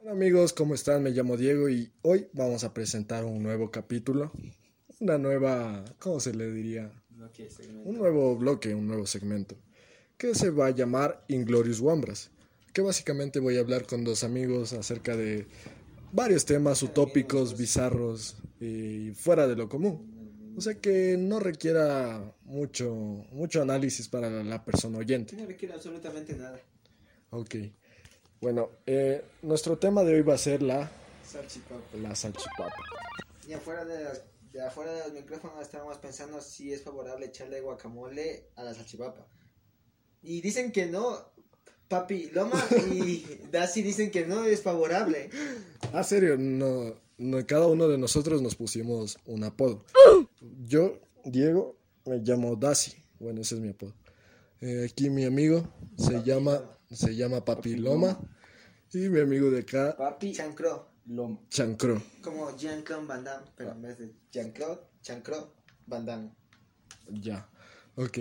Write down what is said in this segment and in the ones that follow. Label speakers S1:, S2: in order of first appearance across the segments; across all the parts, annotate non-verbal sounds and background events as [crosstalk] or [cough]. S1: Hola amigos, ¿cómo están? Me llamo Diego y hoy vamos a presentar un nuevo capítulo, una nueva, ¿cómo se le diría?
S2: Bloque, segmento.
S1: Un nuevo bloque, un nuevo segmento, que se va a llamar Inglorious Wambras, que básicamente voy a hablar con dos amigos acerca de varios temas utópicos, bizarros y fuera de lo común. O sea que no requiera mucho, mucho análisis para la persona oyente.
S2: No requiere absolutamente nada.
S1: Ok. Bueno, eh, nuestro tema de hoy va a ser la,
S2: Salchipapa.
S1: la salchipapa.
S2: pues. Y afuera de, las- de afuera de los micrófonos estábamos pensando si es favorable echarle guacamole a la salchipapa. Y dicen que no. Papi Loma y Daci dicen que no es favorable.
S1: Ah, serio, no, no, cada uno de nosotros nos pusimos un apodo. Yo, Diego, me llamo Daci. Bueno, ese es mi apodo. Eh, aquí mi amigo se
S3: Papi
S1: llama
S3: Loma.
S1: se llama Papiloma. Y mi amigo de acá,
S3: Papi
S2: Chancro,
S3: Loma.
S1: Chancro.
S2: como Jean-Claude Van Damme, pero en vez de Jean-Claude, Chancro Van Damme.
S1: Ya. Ok.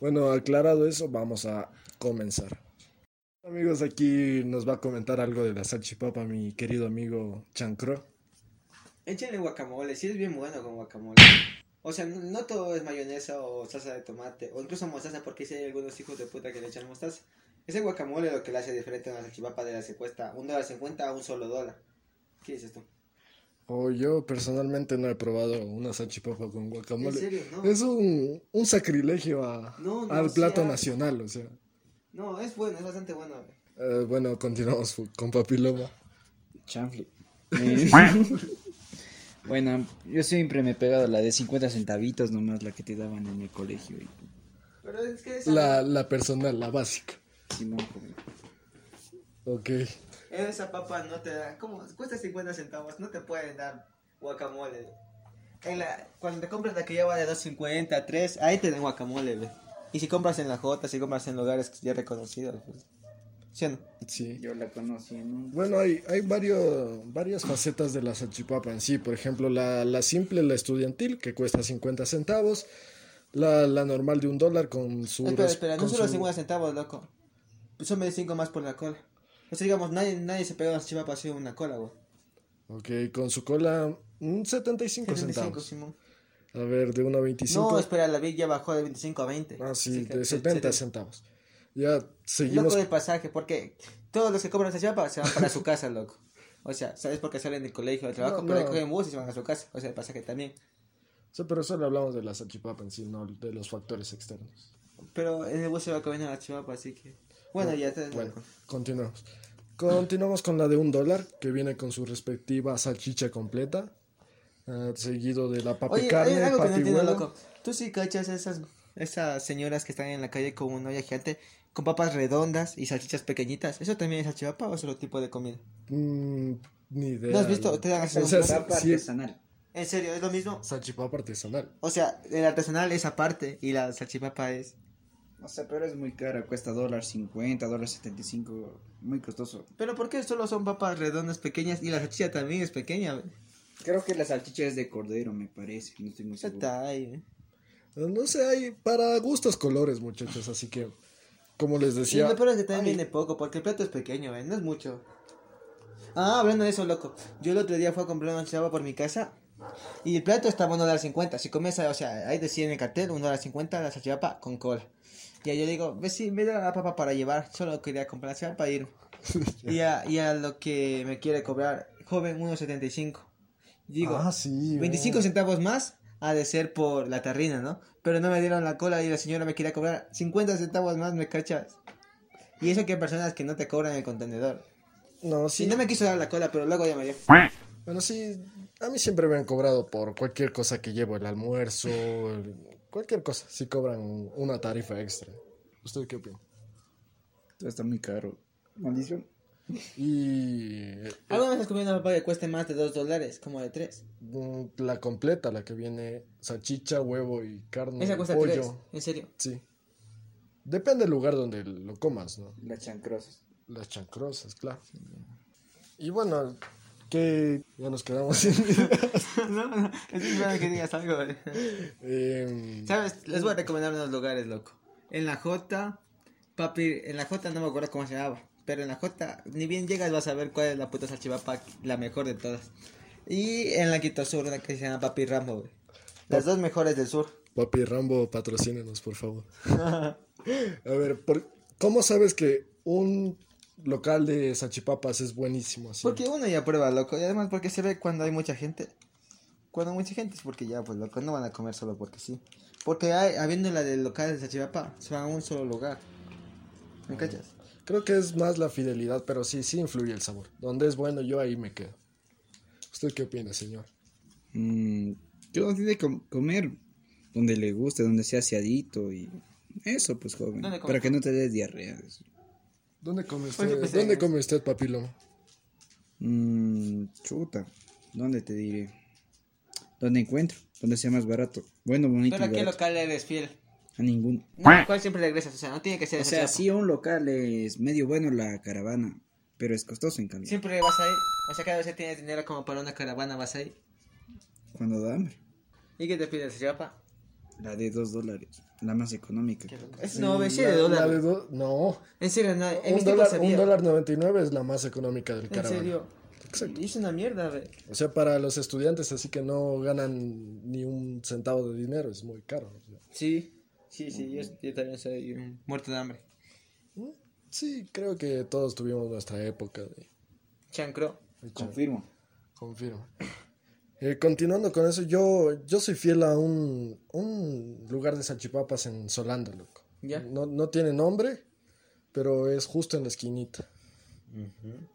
S1: Bueno, aclarado eso, vamos a comenzar. Amigos, aquí nos va a comentar algo de la salchipapa mi querido amigo Chancro.
S2: Échenle guacamole, sí es bien bueno con guacamole. O sea, no, no todo es mayonesa o salsa de tomate, o incluso mostaza, porque si hay algunos hijos de puta que le echan mostaza. Ese guacamole es lo que le hace diferente a la salchipapa de la que cuesta un dólar cincuenta a un solo dólar. ¿Qué dices tú?
S1: O yo personalmente no he probado una salchipapa con
S2: ¿En
S1: guacamole.
S2: serio? No.
S1: Es un, un sacrilegio a-
S2: No, no,
S1: al
S2: o
S1: plato
S2: sea-
S1: nacional, o sea.
S2: No, es bueno, es bastante bueno.
S1: Eh, bueno, continuamos fu- con Papiloma.
S3: Chanfle. Eh, bueno, yo siempre me he pegado la de 50 centavitos nomás, la que te daban en el colegio. Y,
S2: Pero es que esa,
S1: La, la personal, la básica.
S3: Simón, joven.
S1: Ok.
S2: esa papa no te da, ¿cómo? Cuesta 50 centavos, no te pueden dar guacamole. En la, cuando te compras la que lleva de 2.50, 3, ahí te dan guacamole, ve. Y si compras en la J, si compras en lugares ya reconocidos, pues, ¿sí o no?
S1: Sí.
S3: yo la conocí en un...
S1: Bueno, hay, hay vario- varias facetas de la salchipapa en sí. Por ejemplo, la, la simple, la estudiantil, que cuesta 50 centavos. La, la normal de un dólar con su...
S2: Espera,
S1: res-
S2: espera, no
S1: con
S2: solo
S1: su-
S2: 50 centavos, loco. Eso me da 5 más por la cola. O sea, digamos, nadie, nadie se pegó a chiva para hacer una cola, güey.
S1: Ok, con su cola, mm, 75
S2: 75,
S1: centavos.
S2: Simón.
S1: A ver, de 1.25.
S2: No, espera, la Big ya bajó de 25 a 20.
S1: Ah, sí,
S2: Así que-
S1: de 70
S2: sí,
S1: centavos. Ya
S2: sí. Loco
S1: seguimos
S2: de pasaje, porque todos los que compran esa chapa se van para su casa, loco. O sea, ¿sabes por qué salen del colegio, del trabajo?
S1: No,
S2: pero
S1: no.
S2: cogen bus y se van a su casa. O sea, de pasaje también.
S1: Sí, pero solo hablamos de la salchipapa en sí, no de los factores externos.
S2: Pero en el bus se va comiendo la chivapa, así que. Bueno, ya te.
S1: Bueno, continuamos. Continuamos con la de un dólar, que viene con su respectiva salchicha completa, eh, seguido de la papi
S2: Oye, hay
S1: carne,
S2: algo que no
S1: papi
S2: entiendo,
S1: huevo.
S2: loco. ¿Tú sí cachas esas, esas señoras que están en la calle con una olla gigante, con papas redondas y salchichas pequeñitas? ¿Eso también es salchipapa o es otro tipo de comida?
S1: Mm, ni idea.
S2: ¿No has visto? Te dan así
S1: O
S2: un
S1: sea,
S2: plato.
S3: Papa
S1: sí-
S3: artesanal.
S2: ¿En serio? ¿Es lo mismo?
S1: Salchipapa artesanal.
S2: O sea, el artesanal es aparte y la salchipapa es...
S3: O sea, pero es muy cara, cuesta dólar 50, dólar 75, muy costoso.
S2: ¿Pero por qué solo son papas redondas pequeñas y la salchicha también es pequeña? güey?
S3: Creo que la salchicha es de cordero, me parece, no estoy muy
S2: Eso
S3: seguro.
S2: está ahí, güey.
S1: No sé, hay para gustos colores, muchachos, así que, como les
S2: Sí,
S1: decía...
S2: lo peor es que también
S1: ay,
S2: viene poco, porque el plato es pequeño, ¿eh? no es mucho. Ah, hablando de eso, loco. Yo el otro día fui a comprar una chava por mi casa y el plato estaba un dólar cincuenta. Si comes, o sea, ahí decía en el cartel, un dólar cincuenta la salchipapa con cola. Y ahí yo digo, ve si me da la papa para llevar, solo quería comprar la salchipapa para ir.
S1: [laughs]
S2: y, a, y a lo que me quiere cobrar, joven, 1.75. Digo,
S1: ah, sí,
S2: 25
S1: oh.
S2: centavos más ha de ser por la tarrina, ¿no? Pero no me dieron la cola y la señora me quería cobrar 50 centavos más, ¿me cachas? Y eso que hay personas que no te cobran el contenedor.
S1: No,
S2: Sí,
S1: sí,
S2: no me quiso dar la cola, pero luego ya me dio.
S1: Bueno, sí, a mí siempre me han cobrado por cualquier cosa que llevo, el almuerzo, el- cualquier cosa. Sí cobran una tarifa extra. ¿Usted qué opina?
S3: Todo está muy caro. Maldición.
S1: Y eh,
S2: ¿Alguna vez has comido una papa que cueste más de 2 dólares? Como de 3.
S1: mm, la completa, la que viene salchicha, huevo y carne,
S2: Esa cuesta
S1: pollo.
S2: 3, en serio.
S1: Sí. Depende del lugar donde lo comas, ¿no?
S3: Las chancrosas.
S1: Las chancrosas, claro. Y bueno, que ya nos quedamos [laughs] sin...
S2: [laughs] no, no, es claro que digas algo. eh. güey.
S1: Em,
S2: ¿Sabes? Les voy a recomendar unos lugares, loco. En la J, papi, en la J no me acuerdo cómo se llamaba. Pero en la J, ni bien llegas, vas a ver cuál es la puta salchipapa, la mejor de todas. Y en la Quito Sur, una que se llama Papi Rambo, güey. Las dos mejores del sur.
S1: Papi Rambo, patrocínenos, por favor. A ver, por- ¿cómo sabes que un local de salchipapas es buenísimo? así?
S2: Porque uno ya prueba, loco. Y además porque se ve cuando hay mucha gente. Cuando hay mucha gente es porque ya, pues, loco, no van a comer solo porque sí. Porque hay, habiendo la del local de Sachivapa, se van a un solo lugar. ¿Me cachas?
S1: Creo que es más la fidelidad, pero sí, sí influye el sabor. Donde es bueno, yo ahí me quedo. ¿Usted qué opina, señor?
S3: Mm, yo tiene que comer donde le guste, donde sea aseadito y eso, pues joven.
S2: ¿Dónde come?
S3: Para que no te des diarrea.
S1: ¿Dónde come
S2: Pues yo
S1: usted,
S2: que sé.
S1: ¿dónde come usted papiloma?
S3: Mm, chuta, ¿dónde te diré? ¿Dónde encuentro? ¿Dónde sea más barato? Bueno, bonito y
S2: Pero ¿a qué
S3: barato.
S2: local eres fiel?
S3: A ninguno.
S2: No, ¿a ¿Cuál siempre regresas? O sea, no tiene que ser
S3: O
S2: de
S3: sea,
S2: Sachivapa.
S3: sí, un local es medio bueno la caravana, pero es costoso en cambio.
S2: Siempre vas ahí. O sea, cada vez que tienes dinero como para una caravana vas ahí.
S3: Cuando da hambre.
S2: ¿Y qué te pide Sachivapa?
S3: La de dos dólares, la más económica.
S2: Es 97
S1: La- la
S2: dólares.
S1: de do- No,
S2: En serio, no. En
S1: un
S2: mis tiempos
S1: dólar,
S2: sabía.
S1: un dólar 99 es la más económica del
S2: En
S1: caravana.
S2: serio.
S1: Exacto.
S2: Hice una mierda, güey.
S1: O sea, para los estudiantes, así que no ganan ni un centavo de dinero, es muy caro. o sea.
S2: Sí, sí, sí, yo, yo también soy un muerto de hambre.
S1: Sí, creo que todos tuvimos nuestra época de...
S2: Chancro.
S1: de chan-
S3: Confirmo.
S1: Confirmo. Eh, continuando con eso, yo, yo soy fiel a un, un lugar de salchipapas en Solanda, loco.
S2: Ya.
S1: No, no tiene nombre, pero es justo en la esquinita.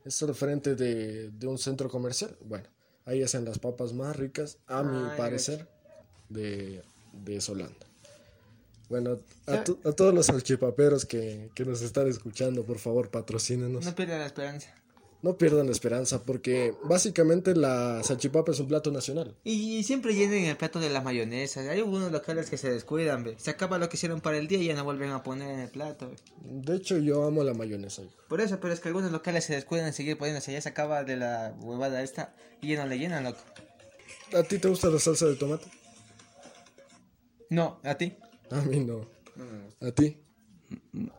S1: Es al frente de, de un centro comercial. Bueno, ahí hacen las papas más ricas, a mi
S2: Ay,
S1: parecer, de, de Solanda. Bueno, a,
S2: Ya.
S1: to- a todos los salchipaperos que, que nos están escuchando, por favor, patrocínenos.
S2: No pierdan la esperanza.
S1: No pierdan la esperanza porque básicamente la salchipapa es un plato nacional.
S2: Y, y siempre llenen el plato de las mayonesas. Hay algunos locales que se descuidan, ve. Se acaba lo que hicieron para el día y ya no vuelven a poner en el plato, ve.
S1: De hecho, yo amo la mayonesa. hijo.
S2: Por eso, pero es que algunos locales se descuidan en seguir poniéndose. Ya se acaba de la huevada esta y ya no le llenan, loco.
S1: ¿A ti te gusta la salsa de tomate?
S2: No, ¿a ti?
S1: A mí no. ¿A ti?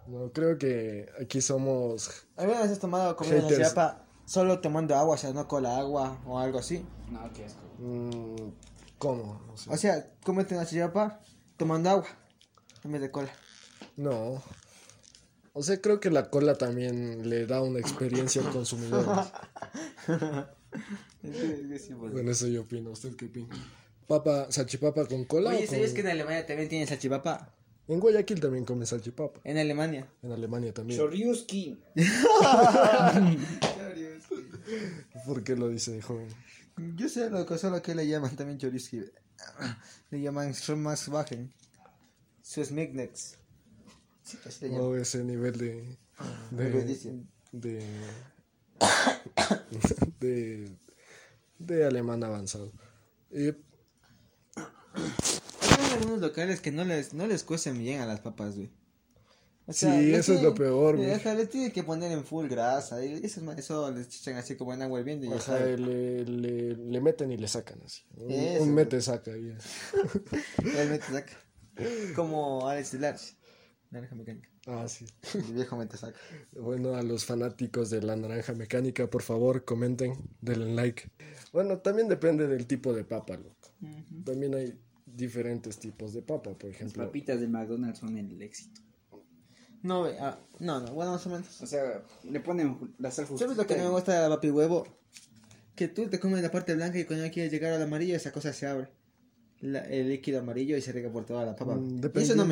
S1: No, creo que aquí somos...
S2: ¿Alguna vez has tomado comida en la
S1: Haters.
S2: Sachivapa solo tomando agua, o sea, no cola agua o algo así?
S3: No, qué asco.
S1: mm, ¿Cómo? O sea,
S2: O sea, cómete una Sachivapa tomando agua en vez de cola.
S1: no. O sea, creo que la cola también le da una experiencia al consumidor. Bueno, eso yo opino. ¿Usted qué opina? ¿Papa, salchipapa con cola? o
S2: Oye, ¿sabías que
S1: con-
S2: en Alemania también tienen salchipapa?
S1: En Guayaquil también comen salchipapa.
S2: En Alemania.
S1: En Alemania también.
S3: Chorriuski.
S1: ¿Por qué lo dice, joven?
S2: Yo sé lo que solo que le llaman también chorizo. Le llaman Schmackswagen. Sus Mignex. Sí, así le llaman.
S1: No, Oh, ese nivel de. de.
S2: Ah, Erudición.
S1: de. [coughs] de, de alemán avanzado. Eh,
S2: Hay algunos locales que no les, no les cuecen bien a las papas, güey. O
S1: Sí,
S2: le
S1: eso es lo peor, güey.
S2: le- ajá, le tienen que poner en full grasa. Y eso, es- eso les echan así como en agua hirviendo. Y ya
S1: ajá,
S2: sabe.
S1: le, le- le meten y le sacan así. Un,
S2: Eso,
S1: un
S2: güey.
S1: mete saca. y es-
S2: Realmente saca. Como Alex Large. Naranja mecánica.
S1: Ah, sí.
S2: El viejo me te saca.
S1: Bueno, a los fanáticos de la naranja mecánica, por favor, comenten, denle like. Bueno, también depende del tipo de papa, loco. También hay diferentes tipos de papa, por
S3: Las
S1: ejemplo.
S3: papitas del McDonald's son el éxito.
S2: No, güey, ah, no, no, bueno, más o menos.
S3: O sea, le ponen ju- la sal
S2: ¿Sabes lo que no me
S3: justita.
S2: gusta de la papi huevo? Que tú te comes la parte blanca y cuando ya quieres llegar al amarillo, esa cosa se abre. La- el líquido amarillo y se riega por toda la papa.
S1: Mm,
S2: Y eso no me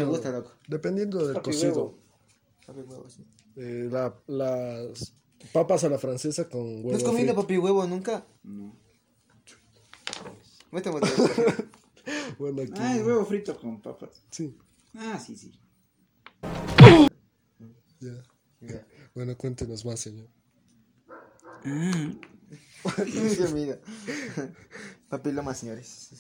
S1: dependiendo-
S2: gusta, loco.
S1: Dependiendo del
S3: Papi
S1: cocido.
S3: huevo.
S2: Papi huevo, sí.
S1: Eh, la- las papas a la francesa con
S2: ¿No
S1: huevo
S2: has comido
S1: frito.
S2: papi huevo nunca?
S3: No.
S2: Vete, vete. [laughs]
S1: Bueno, aquí-
S3: Ah, el huevo frito con papas.
S1: Sí,
S3: Ah, sí, sí.
S1: ya. Bueno, cuéntenos más, señor.
S3: Ah,
S2: Dios [laughs] mío. Papiloma, señores.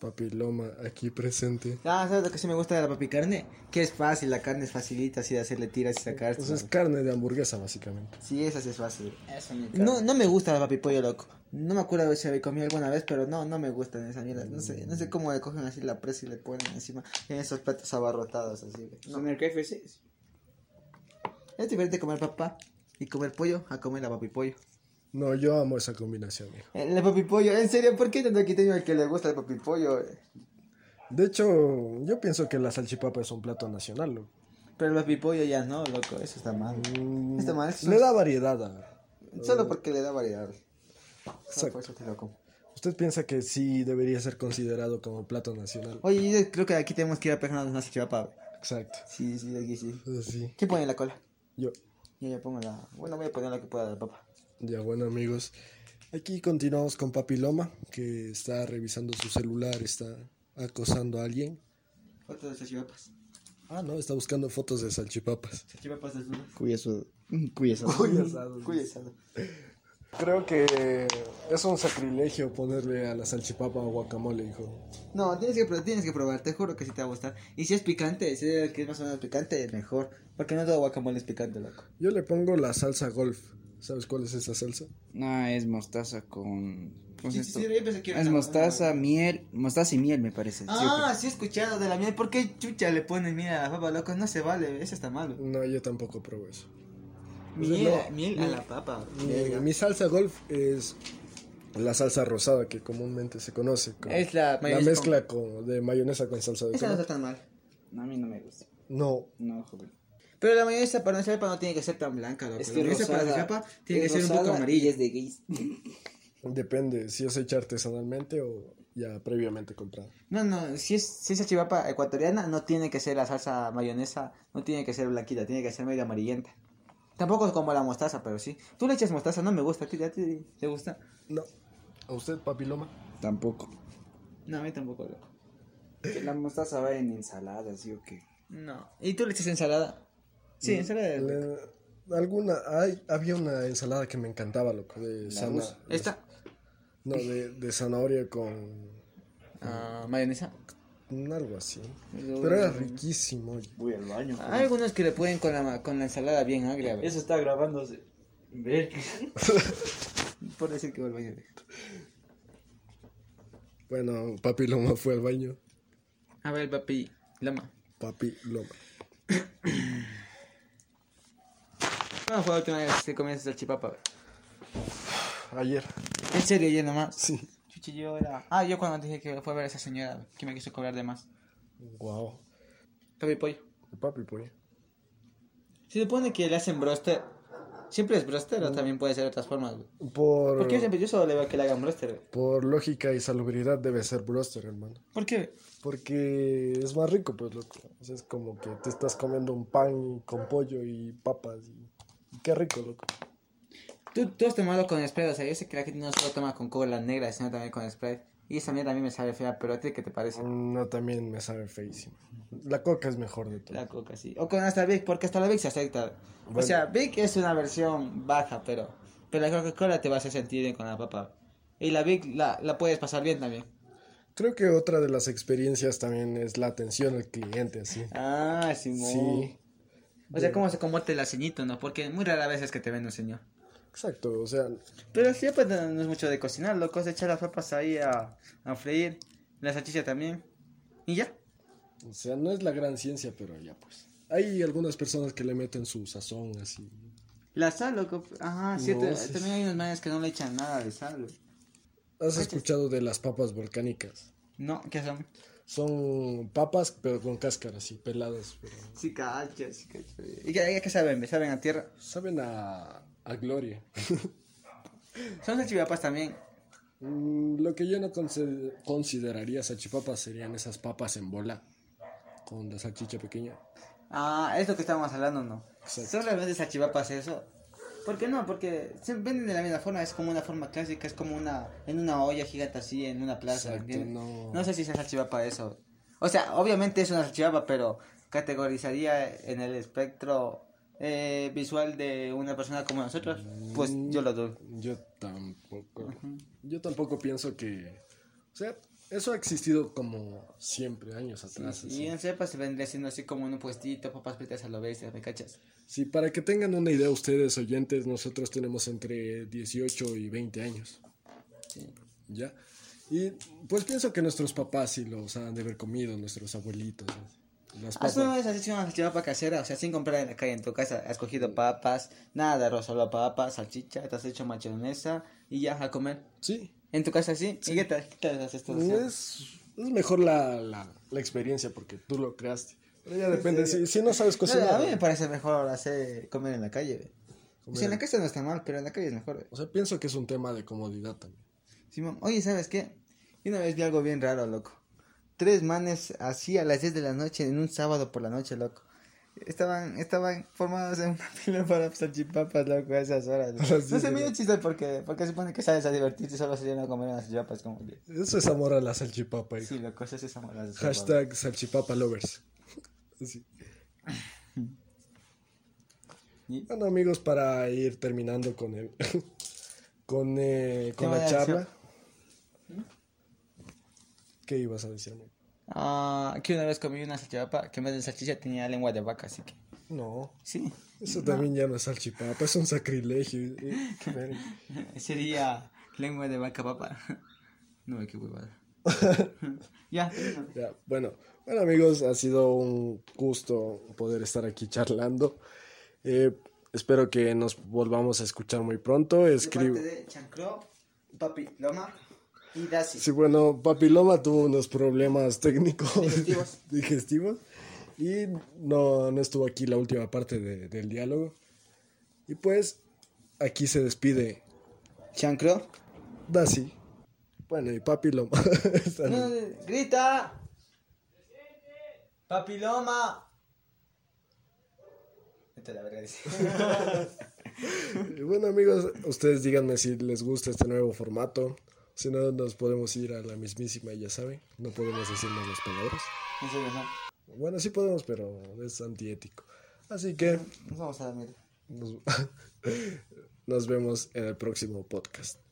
S1: Papiloma aquí presente.
S2: Ah, ¿sabes lo que sí me gusta de la papi carne? Que es fácil, la carne es facilita así de hacerle tiras y sacar.
S1: Entonces Pues es carne de hamburguesa, básicamente.
S2: Pues Sí, esa sí es fácil.
S3: eso me
S2: No,
S3: encanta.
S2: no me gusta el papi pollo loco. No me acuerdo si había comido alguna vez, pero no, no me gustan esa mierda. No sé, no sé cómo le cogen así la presa y le ponen encima en esos platos abarrotados así. güey.
S3: en el KFC.
S2: Es diferente comer papa y comer pollo a comer la papi pollo.
S1: No, yo amo esa combinación, hijo.
S2: El Eh, papi pollo, en serio, ¿por qué tanto aquí tengo el que le gusta el papi pollo?
S1: De hecho, yo pienso que la salchipapa es un plato nacional, loco.
S2: Pero el papi pollo ya no, loco, eso está mal.
S1: Mm,
S2: Está mal, eso
S1: Le
S2: es-
S1: da variedad a...
S2: Solo porque le da variedad. Solo
S1: Exacto.
S2: por eso te lo como.
S1: ¿Usted piensa que sí debería ser considerado como plato nacional?
S2: Oye, yo creo que aquí tenemos que ir a pegarnos una salchipapa.
S1: Exacto.
S2: Sí, sí, aquí sí.
S1: Así.
S2: ¿Qué pone en la cola?
S1: Pues Yo.
S2: Yo ya pongo la. Bueno, voy a poner la que pueda de papa.
S1: Ya, bueno, amigos. Aquí continuamos con Papiloma, que está revisando su celular, está acosando a alguien.
S2: Foto de salchipapas.
S1: Ah, no, está buscando fotos de salchipapas.
S2: Salchipapas desnudas.
S3: Cuya [laughs] su... Cuya su...
S2: Cuyo asado.
S1: Creo que es un sacrilegio ponerle a la salchipapa guacamole, hijo.
S2: No, tienes que, pro- tienes que probar, te juro que sí te va a gustar. Y si es picante, si es el que es más o menos picante, mejor. Porque no todo guacamole es picante, loco.
S1: Yo le pongo la salsa golf. ¿Sabes cuál es esa salsa?
S3: No, es mostaza con... ¿cómo
S2: Sí,
S3: es
S2: sí,
S3: esto?
S2: sí, yo pensé que era
S3: es
S2: esa-
S3: mostaza, miel... Mostaza y miel, me parece. sí,
S2: Ah, sí he escuchado de la miel. ¿Por qué chucha le ponen miel a la papa, loco? No se vale, eso está malo.
S1: No, yo tampoco pruebo eso.
S2: Miel,
S1: No,
S2: miel a la papa.
S1: Mi,
S2: Mm. verga.
S1: mi salsa golf es la salsa rosada que comúnmente se conoce. con-
S2: Es la
S1: la
S2: mayonesa con-
S1: mezcla con- de mayonesa con salsa de
S2: Esa no
S1: tomate.
S2: está tan mal.
S3: No, a mí no me gusta.
S1: No,
S3: No, joder.
S2: Pero la mayonesa para nuestra papa no tiene que ser tan blanca, loco.
S3: Es
S2: la
S3: que
S2: mayonesa para nuestra
S3: rosada-
S2: papa tiene que
S3: es
S2: ser un poco
S3: rosada y
S2: amarilla.
S3: es de gays.
S1: Depende si es hecha artesanalmente o ya previamente comprada.
S2: No, no, si es, si es salchipapa ecuatoriana, no tiene que ser la salsa mayonesa, no tiene que ser blanquita, tiene que ser medio amarillenta. Tampoco es como la mostaza, pero sí. Tú le echas mostaza, no me gusta, ¿a ti a ti te gusta?
S1: No. ¿A usted, papiloma?
S3: Tampoco.
S2: No, a mí tampoco, loco.
S3: Que La mostaza va en ensaladas, ¿sí o qué?
S2: No. ¿Y tú le echas ensalada? Sí, ensalada. de-
S1: Le- eh, alguna, hay, había una ensalada que me encantaba, loco, de, zana-
S3: usa.
S2: ¿Esta?
S1: no, de, de zanahoria con
S2: Ah, mayonesa.
S1: con algo así. Pero era riquísimo. oye.
S3: Voy al baño.
S2: Hay algunos que le pueden con la, ma- con la ensalada bien agria, güey.
S3: está grabándose. Ver.
S2: por decir que vuelvo a ir.
S1: Bueno, papiloma fue al baño.
S2: A ver, papi, lama.
S1: Papiloma.
S2: ¿Cuándo fue la última vez que comiste salchipapa, güey?
S1: Ayer.
S2: ¿En serio, yo nomás?
S1: Sí.
S2: Chuchi, yo era. Ah, yo cuando dije que fue a ver a esa señora que me quiso cobrar de más.
S1: Wow.
S2: Papi pollo.
S1: Papi, pues.
S2: Se supone que le hacen broster. ¿Siempre es broster o también puede ser de otras formas, güey?
S1: Por,
S2: ¿Por qué yo siempre yo solo le veo que le hagan broster, güey?
S1: por lógica y salubridad debe ser broster, hermano.
S2: ¿Por qué?
S1: Porque es más rico, pues, loco. O sea, es como que te estás comiendo un pan con pollo y papas. Y... y Qué rico, loco.
S2: Tú, tú has tomado con Sprite, o sea, yo sé que la gente no solo toma con cola negra, sino también con Sprite. Y esa mierda a mí me sabe fea, pero ¿a ti qué te parece?
S1: No, también me sabe feísimo. La coca es mejor de todo.
S2: La coca, sí. O con hasta Big, porque hasta la Big se acepta. O
S1: Bueno.
S2: sea, Big es una versión baja, pero, pero la Coca-Cola te va a hacer sentir bien con la papa. Y la Big la, la puedes pasar bien también.
S1: Creo que otra de las experiencias también es la atención al cliente, así.
S2: Ah,
S1: Sí,
S2: O sea, cómo se comote el aceñito, ¿no? Porque muy rara vez es que te vende un señor.
S1: exacto. O sea,
S2: Pero sí, pues no no es mucho de cocinar, loco. Es echar las papas ahí a, a freír. La salchicha también. Y ya.
S1: o sea, no es la gran ciencia, pero ya pues. Hay algunas personas que le meten su sazón así.
S2: La sal, loco. Ajá, sí.
S1: No,
S2: te-
S1: sí,
S2: también hay unos manes que no le echan nada de sal, güey.
S1: ¿Has escuchado de las papas volcánicas?
S2: No, ¿qué son?
S1: Son papas, pero con cáscara, así, peladas. Pero...
S2: Sí, cacho, sí, cacho. ¿Y qué, qué saben? ¿Me saben a tierra?
S1: Saben a, a gloria.
S2: Son salchipapas también.
S1: Mm, Lo que yo no conse- consideraría salchipapas serían esas papas en bola con la salchicha pequeña.
S2: Ah, es lo que estábamos hablando, ¿no?
S1: Exacto.
S2: ¿Son realmente salchipapas eso? ¿Por qué no? Porque se venden de la misma forma, es como una forma clásica, es como una, en una olla gigante así, en una plaza,
S1: Exacto,
S2: ¿entiendes?
S1: no.
S2: sé si es salchipapa eso. O sea, obviamente es una salchipapa, pero categorizaría en el espectro eh, visual de una persona como nosotros, pues yo lo doy.
S1: Yo tampoco. Yo tampoco pienso que. O sea, eso ha existido como siempre, años atrás. así.
S2: Y en cepa se vendría siendo así como en un puestito, papas fritas a lo bestia, ¿me cachas?
S1: Sí, para que tengan una idea ustedes, oyentes, nosotros tenemos entre 18 y 20 años.
S2: Sí.
S1: ¿Ya? Y pues pienso que nuestros papás sí los han de haber comido, nuestros abuelitos. ¿sí? Las
S2: Ah,
S1: papas.
S2: solo es así una salchipapa casera, o sea, sin comprar en la calle, en tu casa. Has cogido papas, nada de arroz, solo papas, salchicha, te has hecho macharonesa y ya a comer.
S1: Sí.
S2: En tu casa sí, ¿y qué tal? ¿Qué tal haces todo?
S1: Es, Pues es mejor la, la, la experiencia porque tú lo creaste. Pero ya depende. Si, si no sabes Pues, cocinar.
S2: a mí me parece mejor hacer comer en la calle. ve. O
S1: Comer.
S2: sea, en la casa no está mal, pero en la calle es mejor. ve.
S1: O sea, pienso que es un tema de comodidad también.
S2: Simón, oye, ¿sabes qué? Yo una vez vi algo bien raro, loco. Tres manes así a las 10 de la noche, en un sábado por la noche, loco. Estaban, estaban formados en una [laughs] fila para salchipapas, loco, a esas horas.
S1: A las
S2: No
S1: 10 de
S2: se me
S1: la-
S2: dio chiste porque, porque supone que sales a divertirte y solo se llevan a comer unas salchipapas como que-
S1: Eso es amor a la salchipapa. hijo.
S2: Sí, loco, eso es esa mala.
S1: Hashtag salchipapa lovers. [laughs] Sí.
S2: ¿Y?
S1: Bueno, amigos, para ir terminando con el, [laughs] con, eh, con
S2: Tema
S1: la
S2: de
S1: charla.
S2: ¿Mm?
S1: ¿Qué ibas a decir? amigo?
S2: Ah, que una vez comí una salchipapa que en vez de salchicha tenía lengua de vaca, así que.
S1: No,
S2: Sí. [laughs]
S1: eso también ya no es salchipapa, es un sacrilegio. [laughs] Eh, qué verga.
S2: Sería lengua de vaca papa. [laughs] No, qué huevada. ya. termino.
S1: Ya, bueno, bueno amigos, ha sido un gusto poder estar aquí charlando. Eh, espero que nos volvamos a escuchar muy pronto. Escribo.
S2: de Chancro, Papi Loma y Dasi.
S1: Sí, bueno, Papiloma tuvo unos problemas técnicos
S2: Digestivos.
S1: [laughs] digestivos y no, no estuvo aquí la última parte de- del diálogo. Y pues aquí se despide
S2: Chancro.
S1: Dasi. Bueno, y Papiloma. [laughs] Están-
S2: grita. Papi Loma. Esta es la verga, dice. [laughs]
S1: Eh, Bueno amigos, ustedes díganme si les gusta este nuevo formato. Si no, nos podemos ir a la mismísima, ya saben. No podemos decirnos las palabras.
S2: En serio, no.
S1: Bueno, sí podemos, pero es antiético. Así que [laughs]
S2: Nos vamos a la mierda.
S1: nos, nos vemos en el próximo podcast.